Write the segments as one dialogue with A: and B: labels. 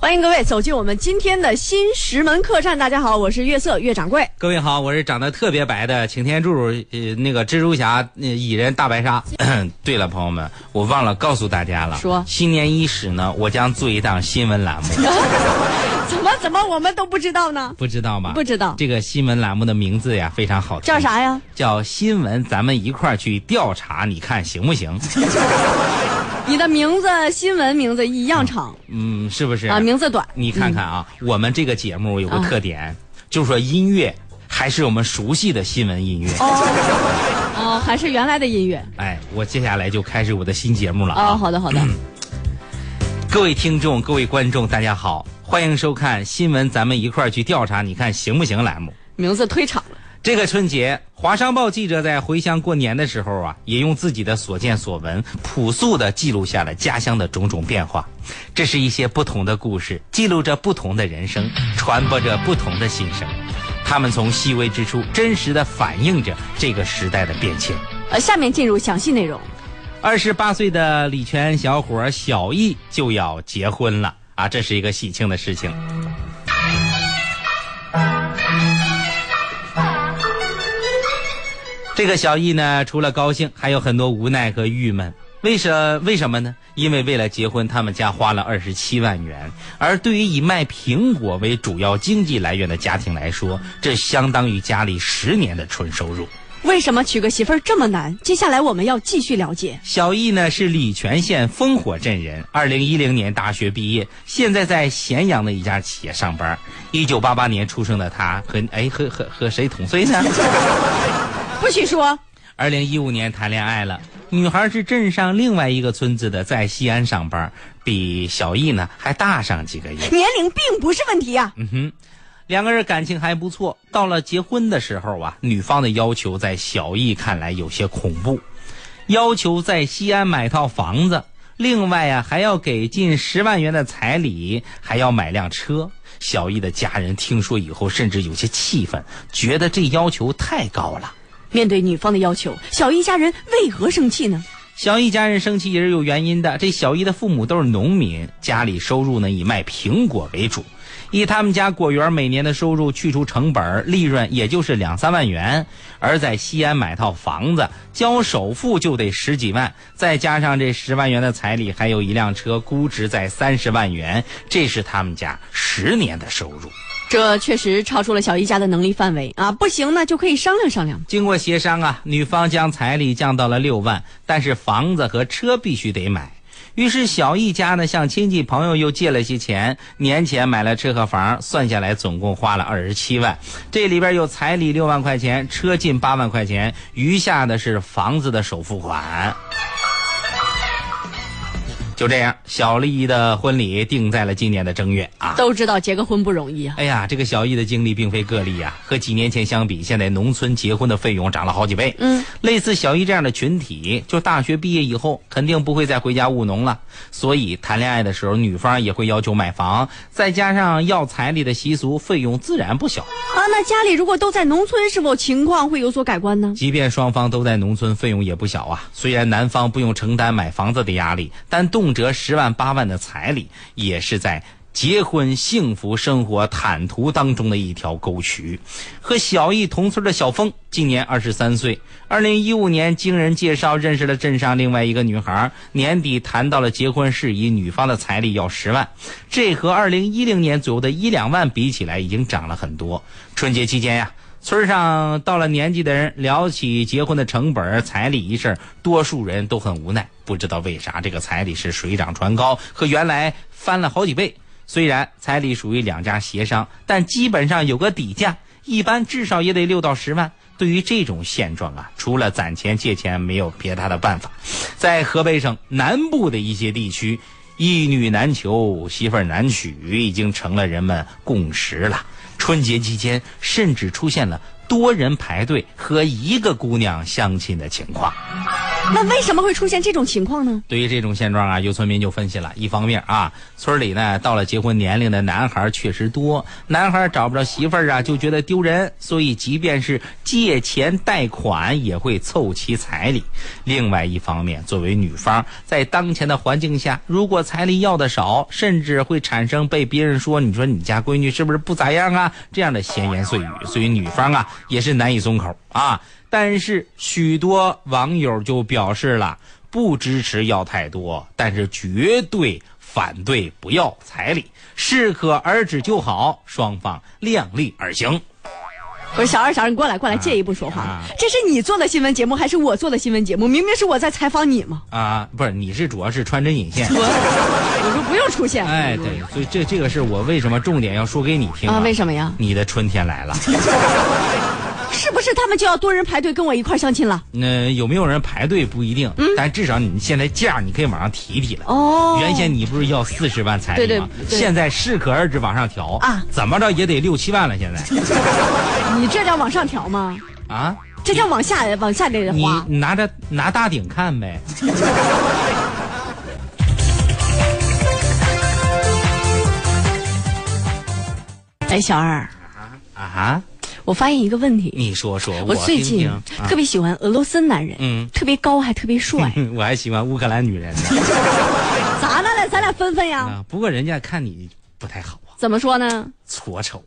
A: 欢迎各位走进我们今天的新石门客栈。大家好，我是月色月掌柜。
B: 各位好，我是长得特别白的擎天柱，呃，那个蜘蛛侠、呃、蚁人大白鲨。 对了，朋友们，我忘了告诉大家了，
A: 说
B: 新年伊始呢，我将做一档新 闻栏目，
A: 怎么怎么我们都不知道呢？
B: 不知道吗？
A: 不知道
B: 这个新闻栏目的名字呀，非常好听，
A: 叫啥呀？
B: 叫新闻，咱们一块儿去调查，你看行 不行？
A: 你的名字、新闻名字一样长
B: 嗯，是不是？
A: 啊，嗯名字短。
B: 你看看啊，我们这个节目有个特点，就是说音乐还是我们熟悉的新闻音乐。
A: 哦，还是原来的音乐。
B: 哎，我接下来就开始我的新节目了啊！
A: 哦，好的好的。
B: 各位听众，各位观众，大家好，欢迎收看新闻，咱们一块儿去调查，你看行不行？栏目。
A: 名字推场了。
B: 这个春节，华商报记者在回乡过年的时候啊，也用自己的所见所闻，朴素地记录下了家乡的种种变化。这是一些不同的故事，记录着不同的人生，传播着不同的心声。他们从细微之处，真实地反映着这个时代的变迁。
A: 呃，下面进入详细内容。
B: 二十八岁的李泉小伙儿小易就要结婚了啊！这是一个喜庆的事情。这个小易呢，除了高兴，还有很多无奈和郁闷。为什为什么呢？因为为了结婚，他们家花了二十七万元。而对于以卖苹果为主要经济来源的家庭来说，这相当于家里十年的纯收入。
A: 为什么娶个媳妇儿这么难？接下来我们要继续了解。
B: 小易呢是礼泉县烽火镇人，二零一零年大学毕业，现在在咸阳的一家企业上班。一九八八年出生的他和哎和和和谁同岁呢？
A: 不许说。
B: 二零一五年谈恋爱了，女孩是镇上另外一个村子的，在西安上班，比小易呢还大上几个月。
A: 年龄并不是问题啊呀、
B: 两个人感情还不错。到了结婚的时候啊，女方的要求在小易看来有些恐怖，要求在西安买套房子，另外啊还要给近十万元的彩礼，还要买辆车。小易的家人听说以后，甚至有些气愤，觉得这要求太高了。
A: 面对女方的要求，小一家人为何生气呢？
B: 小易家人生气也是有原因的。这小易的父母都是农民，家里收入呢以卖苹果为主，以他们家果园每年的收入去除成本，利润也就是两三万元。而在西安买套房子，交首付就得十几万，再加上这十万元的彩礼，还有一辆车，估值在三十万元，这是他们家十年的收入。
A: 这确实超出了小一家的能力范围啊！不行呢，就可以商量商量。
B: 经过协商啊，女方将彩礼降到了六万，但是房子和车必须得买。于是小易家呢向亲戚朋友又借了些钱，年前买了车和房，算下来总共花了二十七万，这里边有彩礼六万块钱，车近八万块钱，余下的是房子的首付款。就这样，小丽的婚礼定在了今年的正月啊。
A: 都知道结个婚不容易啊，
B: 哎呀，这个小易的经历并非个例呀、啊和几年前相比，现在农村结婚的费用涨了好几倍。
A: 嗯，
B: 类似小易这样的群体，就大学毕业以后肯定不会再回家务农了，所以谈恋爱的时候，女方也会要求买房，再加上要彩礼的习俗，费用自然不小。
A: 啊，那家里如果都在农村，是否情况会有所改观呢？
B: 即便双方都在农村，费用也不小啊。虽然男方不用承担买房子的压力，但动辄十万八万的彩礼也是在。结婚、幸福生活坦途当中的一条沟渠，和小易同村的小峰，今年二十三岁，二零一五年经人介绍认识了镇上另外一个女孩，年底谈到了结婚事宜，女方的彩礼要十万，这和二零一零年左右的一两万比起来，已经涨了很多。春节期间呀、村上到了年纪的人聊起结婚的成本、彩礼一事儿，多数人都很无奈，不知道为啥这个彩礼是水涨船高，和原来翻了好几倍。虽然彩礼属于两家协商，但基本上有个底价，一般至少也得六到十万。对于这种现状啊，除了攒钱借钱，没有别他的办法。在河北省南部的一些地区，一女难求，媳妇儿难娶，已经成了人们共识了。春节期间，甚至出现了多人排队和一个姑娘相亲的情况。
A: 那为什么会出现这种情况呢？
B: 对于这种现状啊，有村民就分析了，一方面啊，村里呢到了结婚年龄的男孩确实多，男孩找不着媳妇儿啊就觉得丢人，所以即便是借钱贷款也会凑齐彩礼。另外一方面，作为女方，在当前的环境下，如果彩礼要的少，甚至会产生被别人说你说你家闺女是不是不咋样啊这样的闲言碎语，所以女方啊也是难以松口啊。但是许多网友就表示了。不支持要太多，但是绝对反对不要彩礼，适可而止就好，双方量力而行。
A: 不是小二，小二，你过来，过来，借一步说话。
B: 啊
A: 这是你做的新闻节目，还是我做的新闻节目？明明是我在采访你嘛。
B: 啊，不是，你是主要是穿针 引线，
A: 我说不用出现。
B: 哎，对，所以这这个是我为什么重点要说给你听
A: 啊，为什么呀？
B: 你的春天 来了，
A: 是不是他们就要多人排队跟我一块儿相亲了？
B: 那、有没有人排队不一定，但至少你现在价你可以往上提一提了。
A: 嗯哦，
B: 原先你不是要四十万彩
A: 对
B: 礼
A: 对
B: 吗？
A: 对
B: 现在适可而止往上调
A: 啊
B: 怎么着也得六七万了，现在
A: 你这叫往上调吗？
B: 啊。
A: 这叫往下往下给人
B: 你
A: 花。
B: 你拿着拿大顶看呗。
A: 哎，小二，
B: 啊，
A: 我发现一个问题，
B: 你说说，
A: 我最
B: 听
A: 近
B: 听啊
A: 特别喜欢俄罗斯男人，
B: 嗯。
A: 特别高还特别帅
B: 嗯 我还喜欢乌克兰女人呢，
A: 咋的了？咱俩分分呀？
B: 啊不过人家看你不太好啊，
A: 怎么说呢？
B: 矬丑。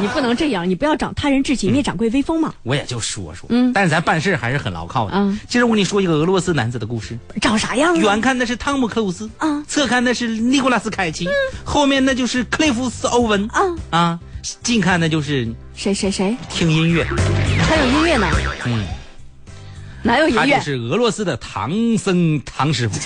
A: 你不能这样，你不要长他人志气，
B: 嗯
A: 灭掌柜威风嘛。
B: 我也就说说，
A: 嗯
B: 但是咱办事还是很牢靠的。
A: 嗯
B: 今儿我跟你说一个俄罗斯男子的故事，
A: 长啥样啊？
B: 远看那是汤姆·克鲁斯，
A: 嗯
B: 侧看那是尼古拉斯·凯奇，后面那就是克利夫斯·欧文，
A: 嗯
B: 啊，近看那就是
A: 谁谁谁？
B: 听音乐，
A: 还有音乐呢？
B: 嗯，
A: 哪有音
B: 他就
A: 乐？嗯
B: 是俄罗斯的唐僧唐师傅。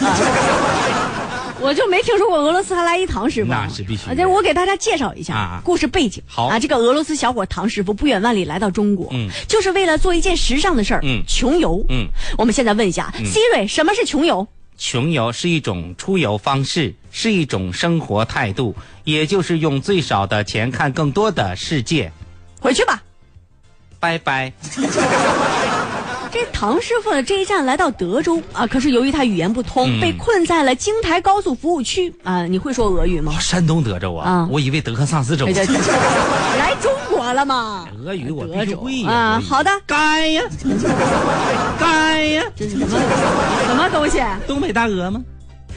A: 我就没听说过俄罗斯还来一唐师傅。
B: 那是必须的
A: 啊就是我给大家介绍一下
B: 啊
A: 故事背景。
B: 好
A: 啊，这个俄罗斯小伙唐师傅不远万里来到中国，
B: 嗯
A: 就是为了做一件时尚的事儿，
B: 嗯
A: 穷游。
B: 嗯，
A: 我们现在问一下 Siri，什么是穷游？
B: 穷游是一种出游方式，是一种生活态度，也就是用最少的钱看更多的世界。
A: 回去吧。
B: 拜拜。
A: 这唐师傅呢，这一站来到德州啊，可是由于他语言不通，
B: 嗯
A: 被困在了京台高速服务区啊。你会说俄语吗
B: 哦，？山东德州啊，
A: 啊
B: 我以为德克萨斯州。
A: 哎这来中国了吗？
B: 俄语我
A: 德
B: 必须
A: 州
B: 会呀
A: 啊
B: 俄语
A: 好的
B: 该呀， 该呀，
A: 这是什么什么东西？
B: 东北大鹅吗？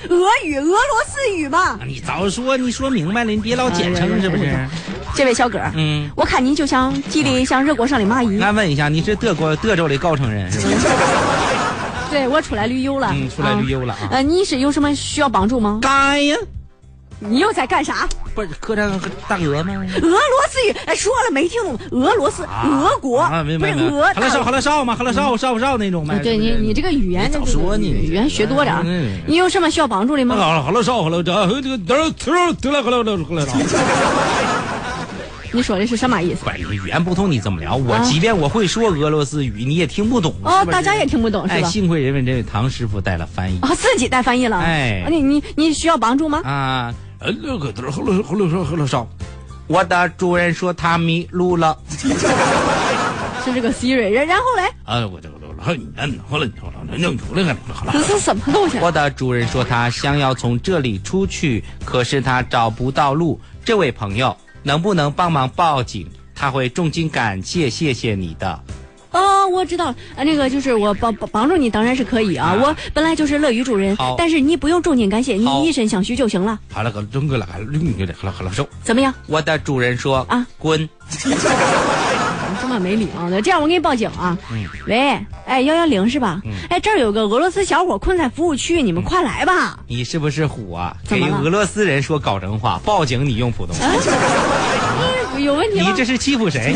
A: 俄语、俄罗斯语嘛
B: 啊。你早说，你说明白了，你别老简称是不
A: 哎
B: 是？
A: 这位小葛，
B: 嗯，
A: 我看您就像地里像热锅上的蚂蚁，
B: 那问一下，你是德国德州的高城人是不是？
A: 对我出来旅游了，
B: 嗯，出来旅
A: 游。
B: 游了啊。
A: 呃，你是有什么需要帮助吗？
B: 该呀，
A: 你又在干啥？
B: 不是客栈大鹅吗？
A: 俄罗斯语，哎，说了没听懂？俄罗斯、俄国
B: 啊，明
A: 不
B: 白
A: 是
B: 明白
A: 俄
B: 好了
A: 大
B: 少好了少嘛，好了少少不少那种呗。
A: 啊对
B: 哎是不
A: 你，
B: 是
A: 你这个语言
B: 你
A: 的
B: 早
A: 这个
B: 说你
A: 语言学多点儿
B: 嗯嗯嗯。
A: 你有什么需要帮助的
B: 那
A: 吗？
B: 好了好了少好了少，这个得了得了得了得了得了得了得了。
A: 你说的是什么意思？
B: 不是语言不通你怎么聊？我
A: 啊
B: 即便我会说俄罗斯语，你也听不懂。
A: 哦
B: 是，不是
A: 大家也听不懂是
B: 哎，
A: 吧？
B: 幸亏人们这位唐师傅带了翻译
A: 啊，自己带翻译了。
B: 哎
A: 啊你你你需要帮助吗？
B: 啊。呃，那个得了好了好了少好了少。我的主人说他迷路了。
A: 是这个 Siri，然然后嘞，
B: 啊，我这个我好你嗯，好了好了，弄出来了好了
A: 这。是什么东西？
B: 啊
A: 啊
B: 我的主人说他想要从这里出去，可是他找不到路。这位朋友，能不能帮忙报警？他会重金感谢谢谢你的。
A: 哦，我知道了，啊，那个就是我帮帮帮助你，当然是可以啊。
B: 啊
A: 我本来就是乐于助人
B: 好，
A: 但是你不用重金感谢，
B: 好
A: 你一身想虚就行了，
B: 好了，个中国了，中国了，好了好了收。
A: 怎么样？
B: 我的主人说
A: 啊，
B: 滚。
A: 这么没礼貌的，这样我给你报警啊！
B: 嗯
A: 喂，哎，幺幺零是吧？哎，这儿有个俄罗斯小伙困在服务区，
B: 嗯
A: 你们快来吧！
B: 你是不是虎啊？
A: 怎
B: 给
A: 么了
B: 俄罗斯人说搞人话，报警你用普通话，
A: 嗯 有问题
B: 你
A: 吗？
B: 这是欺负谁？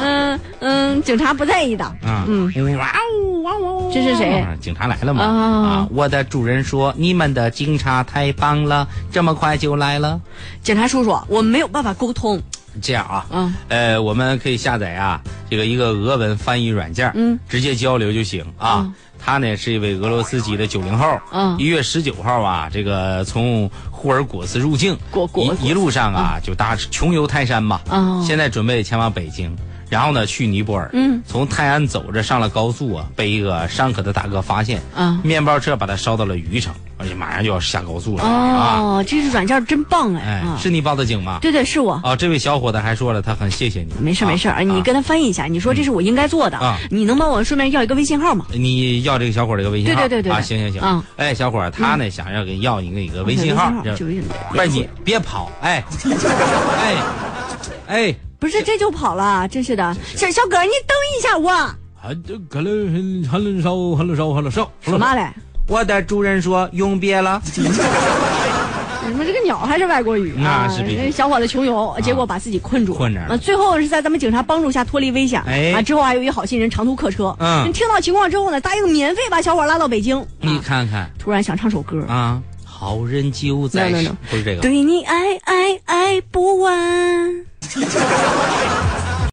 A: 嗯嗯，警察不在意的。
B: 啊，
A: 嗯，
B: 哇哦哇哦！
A: 这是谁？
B: 警察来了吗？
A: 啊
B: 啊，我的主人说你们的警察太棒了，这么快就来了。
A: 警察叔叔，我没有办法沟通。
B: 这样啊，
A: 嗯，
B: 呃，我们可以下载啊，这个一个俄文翻译软件，
A: 嗯，
B: 直接交流就行啊。他呢是一位俄罗斯籍的九零后，
A: 嗯
B: 一月十九号啊，这个从霍尔果斯入境，
A: 果果嗯
B: 一一路上啊就搭穷游泰山嘛，
A: 哦
B: 现在准备前往北京。然后呢去尼泊尔，
A: 嗯，
B: 从泰安走着上了高速啊，被一个尚可的大哥发现，
A: 啊
B: 面包车把他捎到了虞城，而且马上就要下高速了、啊，
A: 哦，这是软件真棒哎！
B: 哎，
A: 啊，
B: 是你报的警吗？
A: 对对，是我。
B: 啊，这位小伙子还说了，他很谢谢你，
A: 没事
B: 啊
A: 没事，
B: 啊
A: 哎你跟他翻译一下，你说这是我应该做的，
B: 啊
A: 你能帮我顺便要一个微信号吗？
B: 你要这个小伙儿这个微信号，
A: 对对对对对
B: 啊，行行行，
A: 嗯
B: 哎，小伙儿他呢、想要给你要一个一个微信号，
A: 微信
B: 这
A: 就微信
B: 不是你别跑，哎，哎，哎，
A: 不是这就跑了，真是的，小小哥，你等一下我。
B: 寒可能很寒冷烧，寒冷烧，寒冷烧，
A: 什么啊嘞？
B: 我的主人说用别了，
A: 你们这个鸟还是外国语啊？
B: 那是必须啊
A: 这小伙子穷游，结果把自己困住了，
B: 困着了
A: 啊最后是在咱们警察帮助下脱离危险。
B: 哎
A: 啊，之后还有一好心人长途客车，
B: 嗯
A: 听到情况之后呢，答应免费把小伙拉到北京。
B: 你
A: 啊
B: 看看
A: 突然想唱首歌，
B: 啊，好人就在
A: No, no,
B: 手
A: no
B: 不是这个，
A: 对你爱爱爱不完。